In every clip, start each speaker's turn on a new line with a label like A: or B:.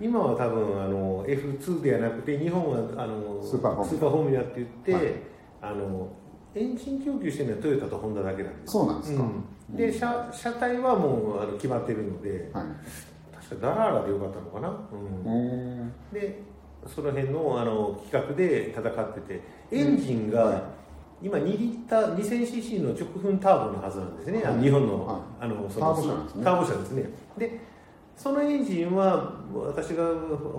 A: 今は多分あの F2 ではなくて日本はあの
B: スーパーホーム
A: スーパーホームやって言って、
B: はい
A: あのエンジン供給してるのはトヨタとホンダだけなんです
B: そうなんですか、
A: うんで車車体はもうあの決まってるので
B: はい
A: 確かダラーラでよかったのかな、うん
B: おー
A: でその辺のあの企画で戦っててエンジンが、今2リッター 2000cc の直噴ターボのはずなんですね、あの日本の,、
B: はい
A: あのそ
B: ター
A: の
B: ボ車なんですね
A: ターボ車ですねでそのエンジンは私が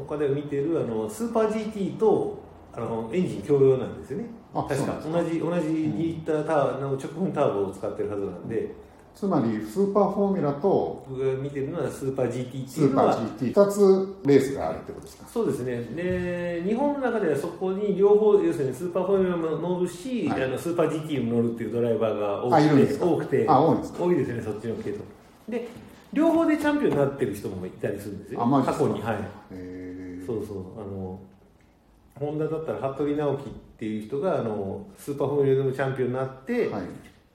A: 他で見てるあのスーパー GT とあのエンジン共用なんですよね
B: あ
A: 確
B: そうなん
A: か
B: ですか
A: 同じ同じ2リッターターボの直噴ターボを使ってるはずなんで、
B: つまりスーパーフォーミュラと
A: 僕が見てるのはスーパー GT って
B: ス
A: いう
B: ー
A: の
B: パ
A: は
B: ー GT2 つレースがあるってことですか
A: そうですねで日本の中ではそこに両方要するにスーパーフォーミュラも乗るし、
B: はい
A: あのスーパー GT も乗るっていうドライバーが多
B: あいるん
A: く
B: で
A: て
B: すか
A: 多くて
B: あ多いんですか
A: 多いですねそっちの系統で両方でチャンピオンになってる人もいたりするんですよ
B: あマジで
A: 過
B: すか
A: 去にはい
B: えー
A: そうそうあのホンダだったら服部直樹っていう人があのスーパーフォーミュラでもチャンピオンになって、
B: はい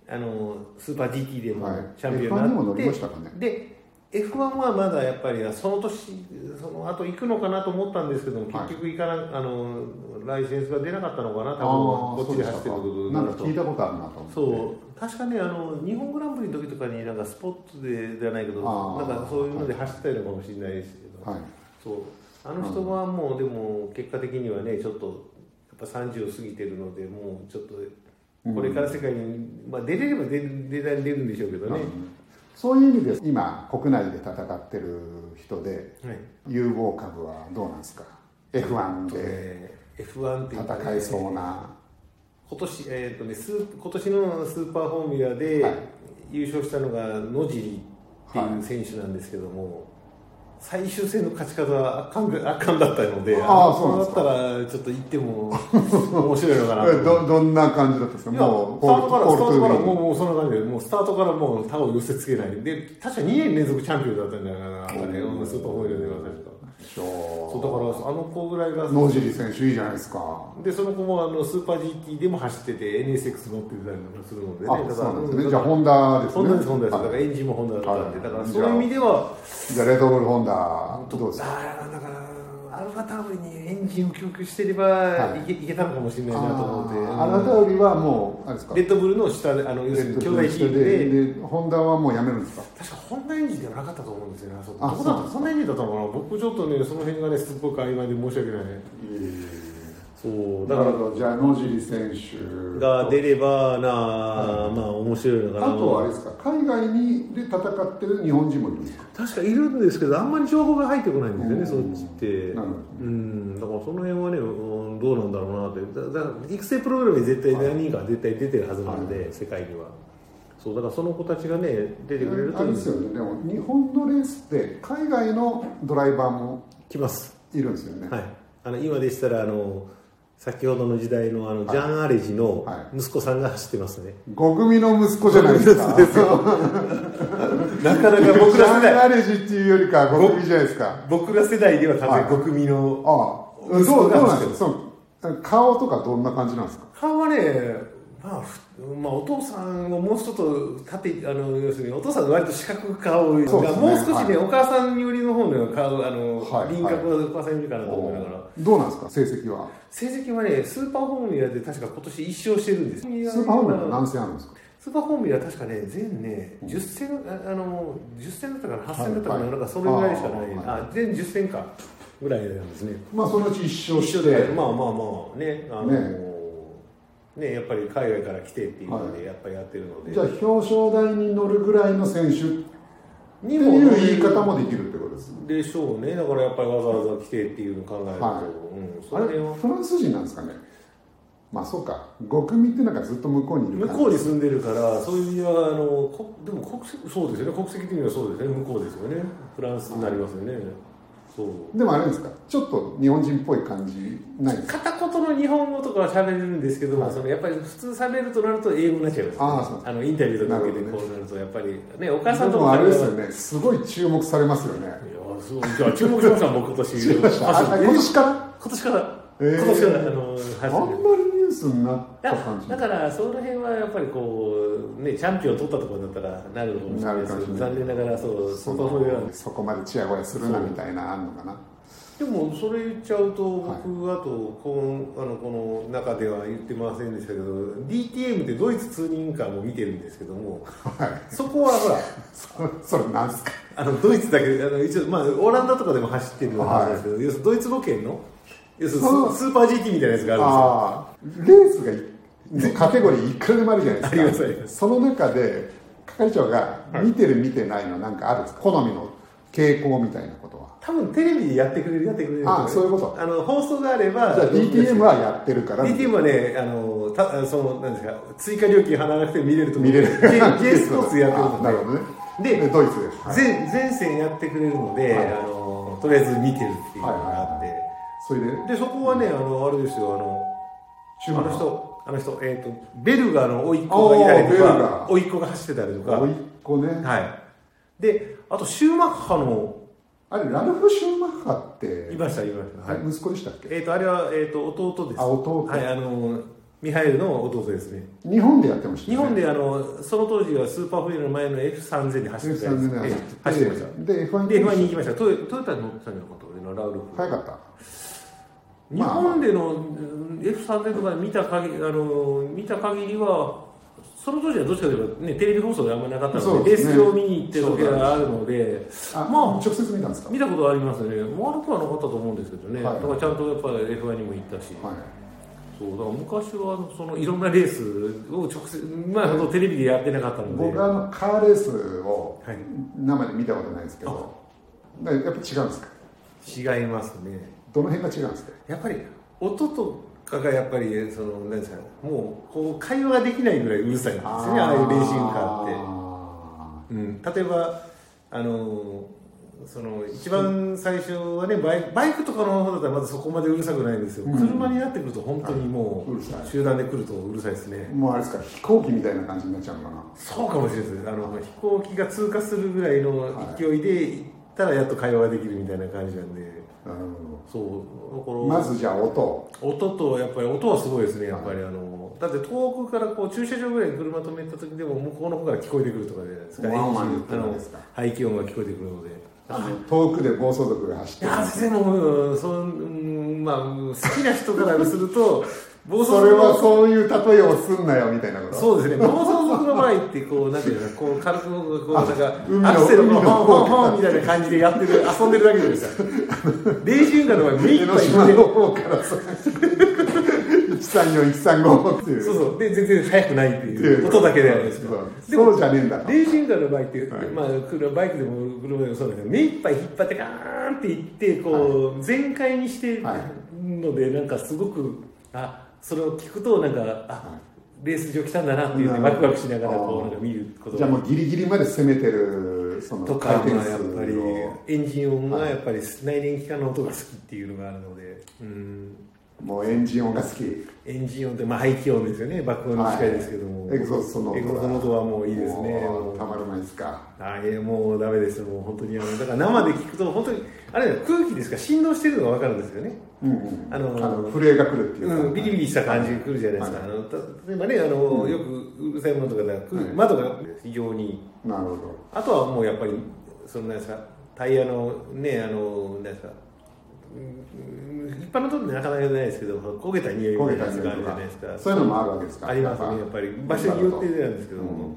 A: あのスーパー GT でも
B: はい
A: チャンピオン
B: F1 に
A: に
B: も
A: な
B: 乗
A: っ
B: り
A: て、
B: ましたかね
A: で F1 はまだやっぱりその年その後行くのかなと思ったんですけども
B: はい
A: 結局行かな、あのライセンスが出なかったのかな
B: あ
A: 多
B: ー
A: 分こっちで走ってるこ
B: そう
A: と
B: で
A: になる
B: したかなんか
A: と
B: 聞いたことあるなと思って
A: そう確かねあの日本グランプリの時とかになんかスポットでじゃないけど
B: あ
A: な
B: ー
A: んかそういうので走ってたのかもしれないですけど、
B: はい
A: そうあの人はもうでも結果的にはねちょっとやっぱ30を過ぎてるのでもうちょっとこれから世界に、まあ、出れれば出る出れ出るんでしょうけどね、
B: そういう意味で今国内で戦ってる人で
A: はい
B: 有望株はどうなんですか F1 で
A: えー F1 っていうかね
B: 戦いそうな
A: 今年えっ、とねスー今年のスーパーフォーミュラで
B: はい
A: 優勝したのが野尻っていう選手なんですけども、最終戦の勝ち方は圧巻が圧巻だったので、
B: あー
A: の
B: そうなんですか
A: だったらちょっと行っても 面白いのかなと思
B: え
A: って。
B: どどんな感じだったんですか
A: いや
B: も
A: ス
B: う
A: タートから、
B: ポ
A: スタート
B: ール
A: から、
B: ポールトゥー
A: も
B: ビ
A: う、もうそんな感じで、もうスタートからもう他を寄せつけない。で、確か2年連続チャンピオンだったんじゃないかな、あれ、うんスーパーフォーミュラでは確か。
B: ンそ
A: そうう、だから、あの子ぐらいが、
B: 野尻選手いいじゃないですか
A: でその子もあのスーパー GT でも走ってて NSX 乗ってたりもするのでね
B: あそうなんですね
A: だ
B: じゃあ
A: から
B: ホンダで
A: ホ
B: すね
A: ンダですホンダですだから
B: は
A: エンジンもホンダだったんで
B: はい
A: だからそういう意味では
B: じゃあレッドブルホンダどうですか
A: あーだからアルファタウリにエンジンを供給してれば
B: い
A: いけ,、い、けたのかもしれないなと思って
B: あなたよりはもうあれですか
A: レッドブルの下であの要するに兄弟チームで
B: でホンダはもうやめるんですか
A: 確かホンダエンジンではなかったと思うんですよねあそこ
B: あ
A: どこだ
B: そうなん
A: っ
B: で
A: た
B: す
A: そ
B: か
A: んなエンジンだったのかな僕ちょっとねその辺がねすっごく曖昧で申し訳ないねそうだ
B: だ
A: か
B: かららじゃあ野尻選手
A: が出ればなあ、まあ面白いのかな
B: あとはあれですか海外にで戦ってる日本人もいるんですか
A: 確かいるんですけどあんまり情報が入ってこないんですよ
B: うん
A: ねそっちって
B: なるほど
A: うんだからその辺はね、うん、どうなんだろうなってだだから育成プログラムに絶対何人か絶対出てるはずなんで、世界にはそうだからその子たちがね出てくれる
B: あ
A: と
B: れですよねでも日本のレースって海外のドライバーも
A: 来ます
B: いるんですよね、
A: はいあの今でしたらあの先ほどの時代のあのジャン・アレジの
B: は
A: 息子さんが走ってますね、
B: 5組の息子じゃないですか
A: そうですよなかなか 僕ら世
B: ジャン
A: 代
B: アレジっていうよりか5組じゃないですか
A: 僕ら世代では多
B: はい
A: 分極みの
B: ああどう
A: 息
B: ど
A: 子
B: う
A: が
B: なん
A: 走って
B: で
A: ます
B: すかその顔とかどんな感じなんですか
A: 顔はね、まあふ、まあお父さんをもうちょっと縦あの要するにお父さん割と四角く顔が、
B: そうですね
A: もう少しね、
B: は
A: お母さん寄りの方の顔あの、
B: はい
A: 輪郭はお母さん寄りかなと思いながら、
B: どうなんですか成績は
A: 成績はねスーパーフォーミュラで確か今年一勝してるんですス
B: スーパーホームランは何戦あるんですか
A: スーパーフォーミュラ確かね全ね10戦ああの10戦だったから8戦だったかな,、
B: はいは
A: な
B: い
A: んかそれぐらいしかない
B: あ
A: あ,、全10戦かぐらいなんですね
B: まあそのうち1勝
A: 一緒
B: し
A: で
B: て
A: まあまあまあねあの
B: ね
A: ねやっぱり海外から来てっていうの
B: は
A: でやっぱりやってるので、
B: じゃあ表彰台に乗るぐらいの選手って
A: にも
B: いう言い方もできるってことです
A: でしょうねだからやっぱりわざわざ来てっていうのを考えると、
B: はい
A: うん、そ
B: あ
A: れ
B: れ
A: は
B: フランス人なんですかねまあそうか5組ってなんかずっと向こうにい
A: 向
B: る感じ
A: こうに住んでるからそういう意味ではあのこでも国籍そうですよね国籍的にはそうですよね向こうですよねフランスになりますよね、そう
B: でもあれですかちょっと日本人っぽい感じないですか
A: 片言の日本語とかは喋れるんですけども、
B: はい
A: そのやっぱり普通喋るとなると英語になっちゃいます、
B: ああそう
A: あのインタビューとか受けて
B: なるほ
A: こうなるとやっぱりねお母さ
B: で
A: んと
B: も
A: も
B: あれです
A: い
B: よ
A: や
B: ねすごい注目されますよね
A: そうじゃあ注目しました僕今年
B: 注目したあ今年から
A: 今年から、
B: えー
A: 今年からあの
B: あん
A: 始
B: ま
A: め
B: り
A: て
B: ニュースになっ
A: だ
B: た感じ
A: だからその辺はやっぱりこうねチャンピオン取ったところだったらなるかもしれないですけど
B: なるか
A: 残
B: もしれない
A: 念ながらそう
B: そ
A: そこまでは
B: のそこまでチヤホヤするなみたいなあんのかな
A: でもそれ言っちゃうと僕、
B: はい
A: あとこのあのこの中では言ってませんでしたけど DTM ってドイツツーリングカーも見てるんですけども、そこはほら
B: それそれなんすか
A: あのドイツだけあの一応、まあ、オランダとかでも走ってるのなんですけど、要するにドイツ語圏の要するにス
B: そう
A: スーパー GT みたいなやつがあるんですよ
B: ああレースがいねカテゴリーいくらでもあるじゃないですか
A: ありますありま
B: その中で係長が見てる見てないのなんかあるんですか好みの傾向みたいなことは
A: 多分テレビでやってくれるやってくれる
B: あそういうこと
A: あの放送があれば
B: じゃあ DTM はやってるからみたいな
A: DTM はねあのたあのそのなんですか追加料金払わなくても見れると思う
B: 見れる
A: J, J スポーツやってるので
B: あなるほどね
A: で
B: でドイツで、はい
A: 全全線やってくれるので、
B: はい
A: あのとりあえず見てるっていうのがあって、
B: それで
A: でそこはねあのあれですよあの
B: シュー
A: あ
B: マッハ
A: の人あの人、えー、とベルガーの甥いっ子がいたりと
B: あーベル
A: か
B: ガー
A: 甥いっ子が走ってたりとか
B: 甥っ子ね、
A: はいであとシューマッハの
B: あれラルフ・シューマッハって
A: いましたいました、
B: あ
A: はい
B: れ息子でしたっけ
A: えー、とあれは、えー、と弟です
B: あ弟
A: はいあのミハイルの弟ですね
B: 日本でやってました
A: 日
B: よ
A: 本
B: ね
A: であのその当時はスーパーフィールの前の F3000 に走ってたやつ
B: 2003年
A: ええ走ってました
B: で F1
A: で F1 に行きましたトヨトヨタに乗ってたんじゃなかった俺のラウルフ
B: 早かった
A: 日本でのうん F3000 とかで見た限りあの見た限りはその当時はどっちかというと、ね、テレビ放送があんまりなかった
B: そ
A: の
B: う
A: で
B: ですね
A: レースを見に行ってる時があるので
B: あ、
A: まあ
B: 直接見たんですか
A: 見たことはありますね悪くはなかったと思うんですけどね、
B: はい
A: だからちゃんとやっぱり F1 にも行ったし、
B: はい
A: そうだから昔はそのいろんなレースを直接まあほどテレビでやってなかったので
B: 僕はあのカーレースを
A: はい
B: 生で見たことないですけど、だからやっぱ違うんですか
A: 違いますね
B: どの辺が違うんですか
A: やっぱり音とかがやっぱりそのなんですかねもうこう会話ができないぐらいうるさいんですよねああいうレーシングカーって、
B: ー
A: うん、例えばあのその一番最初はねバイバイクとかの方だったらまだそこまでうるさくないんですよ、
B: うん
A: 車になってくると本当にも
B: うるさ
A: う集団で来るとうるさいですね、
B: いもうあれですか飛行機みたいな感じになっちゃうのかな
A: そうかもしれないですあの飛行機が通過するぐらいの勢いで行ったらやっと会話ができるみたいな感じなんで
B: なるほ
A: そう
B: ど
A: だか
B: ま
A: ら
B: ずじゃあ音
A: 音とやっぱり音はすごいですねやっぱりあのだって遠くからこう駐車場ぐらいに車止めた時でも向こうの方から聞こえてくるとかじゃないですか
B: ワンワン
A: エ
B: 言ってるん
A: ン
B: で
A: ジ
B: す
A: ン
B: か
A: あの排気音が聞こえてくるので
B: あの遠くで暴走族が走っ
A: い
B: てる
A: や先生もうんそんうんまあうん好きな人からする と暴走
B: そ
A: 族
B: れは
A: の
B: そういう例えをすんなよみたいなこと
A: そうですね暴走族の前ってこうなんていうのこう軽くこうなんか
B: 海の
A: アクセル
B: 海
A: の
B: の
A: ホンホンホンみたいな感じでやってる遊んでるだけじゃないです か練習歌の前目い
B: 江
A: っ
B: ノ
A: ぱい
B: 島の方からそう134135っていう
A: そうそうで全然速くないって
B: ってい
A: いうう音だけであるんですけど
B: そう
A: でも
B: そうじゃねえんだと
A: レーシングカーの場合って、
B: はい
A: まあ、車バイクでも車でもそうだけど目いっぱい引っ張ってガーンっていってこう、全開にしてる
B: は
A: ので、なんかすごくあそれを聞くとなんかあレース場来たんだなっていうね
B: な
A: ワ
B: るほ
A: ク
B: ど
A: ワクしながらこ
B: あ
A: う
B: ー
A: なんか見ること
B: じゃあもうギリギリまで攻めてるその
A: と
B: 回
A: か、
B: 転
A: まあ、
B: 数
A: やっぱり
B: を
A: エンジン音がやっぱり内燃機関の音が好きっていうのがあるので、うん
B: もうエンジン音が好き
A: エンジン音って、まあ、排気音ですよね爆音に近いですけども、
B: はいエグゾーストの音が
A: エグゾーストの音はもういいですね
B: もうたまらないですか
A: あいやもうダメですもう本当にあのだから生で聞くと本当にあれだよ空気ですから振動してるのが分かるんですよね、
B: うんうん
A: あの
B: あの震えが来るっていうか、
A: うん、ビリビリした感じが来るじゃないですか、あのた例えばねあの、よくうるさいものとかだから、
B: はい
A: 窓が非常に
B: なるほど
A: あとはもうやっぱりそのなんですかタイヤのねあのなんですかうんうん一般のとこでなかなかないですけど焦げた匂いみ
B: 焦
A: た
B: げ
A: いなやつ
B: たりと
A: があるじゃ
B: か
A: ないですか
B: そういうのもあるわけですか
A: ありますねやっぱり場所によってなんですけど
B: う
A: も、
B: ん
A: ま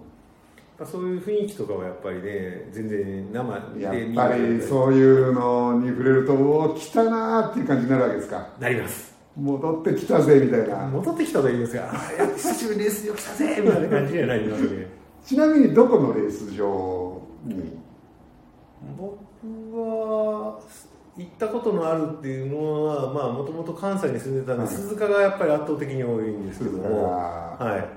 A: あそういう雰囲気とかはやっぱりね全然生
B: やっ
A: で見
B: ぱ
A: る
B: りそういうのに触れるとおお来たなーっていう感じになるわけですか
A: なります
B: 戻ってきたぜみたいな
A: 戻ってきたといいですがあーやっと久しぶりレースよく来たぜみたいな感じじゃないので
B: ちなみにどこのレース場に
A: 僕は行ったことのあるっていうのはまあもともと関西に住んでたんで、
B: はい
A: 鈴鹿がやっぱり圧倒的に多いんですけ
B: 鈴
A: ど
B: 鹿
A: も
B: が、
A: はい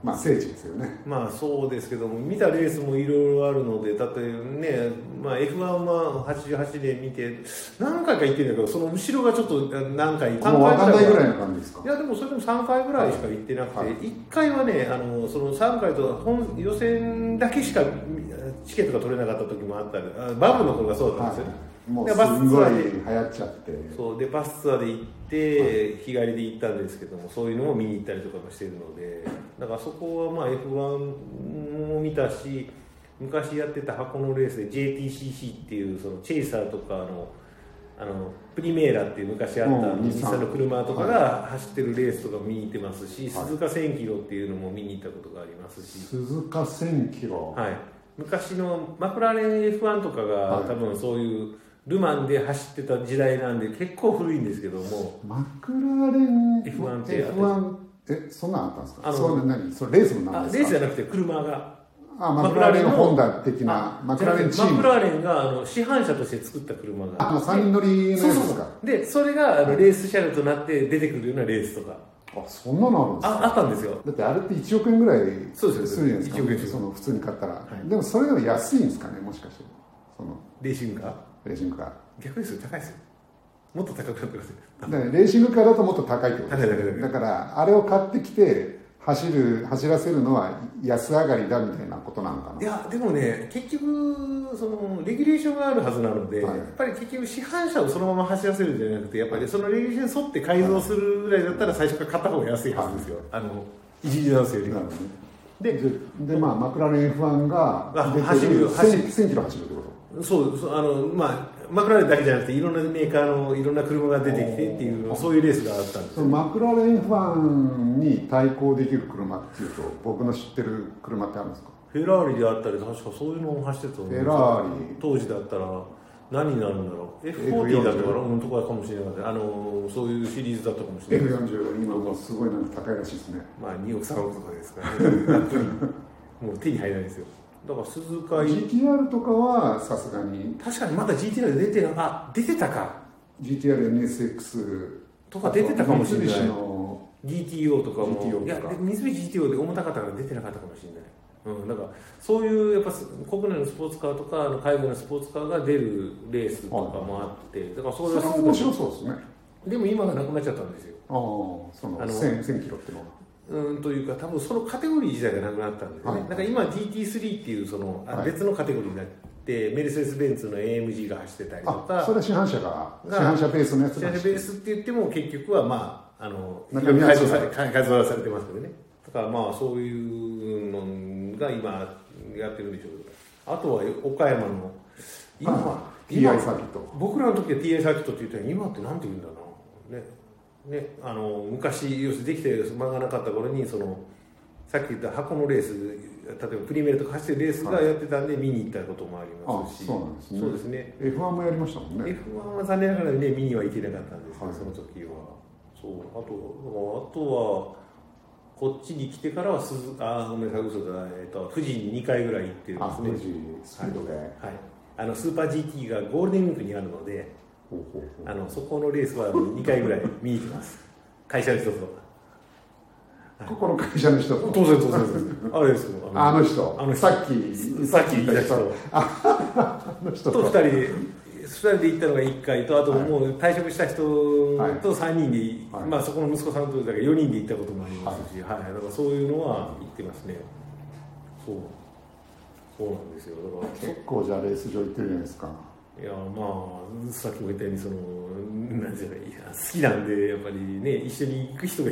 B: まあ、聖地ですよね
A: まあそうですけども見たレースもいろいろあるのでだってね、まあ、F1 は88で見て何回か行ってるんだけどその後ろがちょっと何回
B: もう分かん
A: 三
B: ないぐら
A: い
B: いの感じですか
A: いやでもそれでも3回ぐらいしか行ってなくて、
B: はい
A: 1回はねあのその3回と本予選だけしかチケットが取れなかった時もあったんであバブの頃がそうだったんですよね、
B: はい、もう
A: ですバス
B: ん
A: ツ
B: ご
A: ア
B: い
A: ーで
B: 流行っちゃって
A: そうでバスツアーで行って、日帰りで行ったんですけどもそういうのも見に行ったりとかもしてるのでだからそこはまあ F1 も見たし昔やってた箱のレースで JTCC っていうそのチェイサーとかのあのプリメーラっていう昔あった
B: うん
A: 日
B: 日産
A: 産の車とかが走ってるレースとか見に行ってますし、鈴鹿1000キロっていうのも見に行ったことがありますし、
B: 鈴鹿1000キロ、
A: はい、昔のマクラーレン F1 とかが、
B: はい
A: 多分そういうルマンで走ってた時代なんで結構古いんですけども
B: マクラーレン
A: F1 ってあった
B: F1 えそんなんあったんですか
A: あの
B: それ何それレースもな
A: あレー
B: んで
A: ス
B: す
A: じ
B: か
A: ゃなくて車が
B: あマクラーレ
A: マクラーレ
B: ンの
A: ンの
B: ホンダ的な
A: あ
B: マクラーレンチ
A: マ
B: ー
A: ク
B: ム
A: ラーレンがあの市販車として作った車が
B: あ
A: あ
B: の
A: って
B: 3人乗りのやつ
A: そう
B: で
A: そう
B: す
A: そ
B: か
A: うでそれがあのレース車両となって出てくるようなレースとか
B: あそんなのあるんです
A: ああ
B: か
A: ったんですよ
B: だってあれって1億円ぐらいす
A: そう
B: る
A: で
B: じ
A: す
B: ゃないですか
A: 1億円です
B: その普通に買ったら、
A: はい
B: でもそれより安いんですかねもしかしてその
A: レーシングカー
B: レーシングカー
A: 逆ですよ高いですよもっと高くなってください
B: だからレーシングカーだともっと高いってことです
A: 高い高い高
B: ねだからあれを買ってきて走る走らせるのは安上がりだみたいなことなのかない
A: やでもね結局そのレギュレーションがあるはずなので、
B: はい
A: やっぱり結局市販車をそのまま走らせるんじゃなくてやっぱりそのレギュレーションに沿って改造するぐらいだったら最初から買った方が安いはずですよ、あの一時なんですより
B: な
A: は
B: るほどね
A: で
B: でまあマクラーレン F1 が
A: あ
B: 出て
A: 走る走る
B: 1000 1000キロ走るってこ
A: そうそうあのまあマクラーレンだけじゃなくていろんなメーカーのいろんな車が出てきてっていうそういうレースがあったんです
B: とそのマクラーレン F1 に対抗できる車っていうと僕の知ってる車ってあるんですか
A: フェラーリであったり確かそういうのも走ってたと思う
B: フェラーリ
A: 当時だったら何になるんだろう
B: F40
A: F40 だったからうんとかかもしれないあのそういうシリーズだったかもしれない
B: F40 今もうすごいなんか高いらしいですね
A: まあ2億3億とかですから ね本当にもう手に入らないですよだから鈴鹿い
B: GTR とかはさすがに
A: 確かにまだ GTR 出てなあ出てたか
B: GTRNSX
A: とか出てたかもしれない
B: 三菱の
A: GTO とかも
B: GTO とか
A: いやで三菱 GTO で重たかったから出てなかったかもしれない、うん、だからそういうやっぱす国内のスポーツカーとかあの海外のスポーツカーが出るレースとかもあって、だからそ
B: そ
A: れ
B: れ
A: は
B: は
A: 鈴鹿
B: 面白そうですねあ
A: でも今がなくなっちゃったんですよ
B: あその
A: あの
B: 1000 1000キロってのは
A: うんというか多分そのカテゴリー自体がなくなったんですよね、
B: はい
A: だから今 GT3 っていうその、あ
B: はい
A: 別のカテゴリーになってメルセデス・ベンツの AMG が走ってたりと
B: あ
A: か
B: それは市販車が市
A: が
B: 販車ベースのやつ
A: シャ
B: が
A: レベースって言っても結局はまああの改
B: 中身は
A: 造され改改造されてますけどねだからまあそういうのが今やってるんでしょうけどあとは岡山の今は
B: あ TI
A: 今
B: サーキット
A: 僕らの時は TI サーキットって言ったら今ってなんて言うんだろうなねねあの昔要するにできて間がなかった頃にそのさっき言った箱のレース例えばプリメルとか走ってるレースがやってたんで見に行ったこともありますし
B: あそうなんですね
A: そうですね
B: F1 もやりましたもんね
A: F1 は残念ながらね見には行けなかったんですけど、
B: はい
A: その時はそうあとあとはこっちに来てからは鈴あごめんなさい嘘だ、えっと富士に2回ぐらい行ってる
B: あ
A: ん
B: 富
A: ですね
B: 士スピードで、
A: はいあのスーパー GT がゴールデンウィークにあるので
B: ほうほうほう
A: あのそこのレースは2回ぐらい見に行きます会社の人と
B: ここの会社の人
A: 当然当然あれですよ
B: あの人
A: あの人
B: さっき
A: さっき言った人
B: あの人
A: と2
B: と
A: 人で2人で行ったのが1回とあともう退職した人と3人で、
B: はい
A: まあ、そこの息子さんとだから4人で行ったこともありますし、はいだからそういうのは行ってますねそうそうなんですよだから
B: 結構じゃあレース場行ってるじゃないですか
A: いやまあさっきも言ったようにそのなんていうのいや好きなんでやっぱりね一緒に行く人が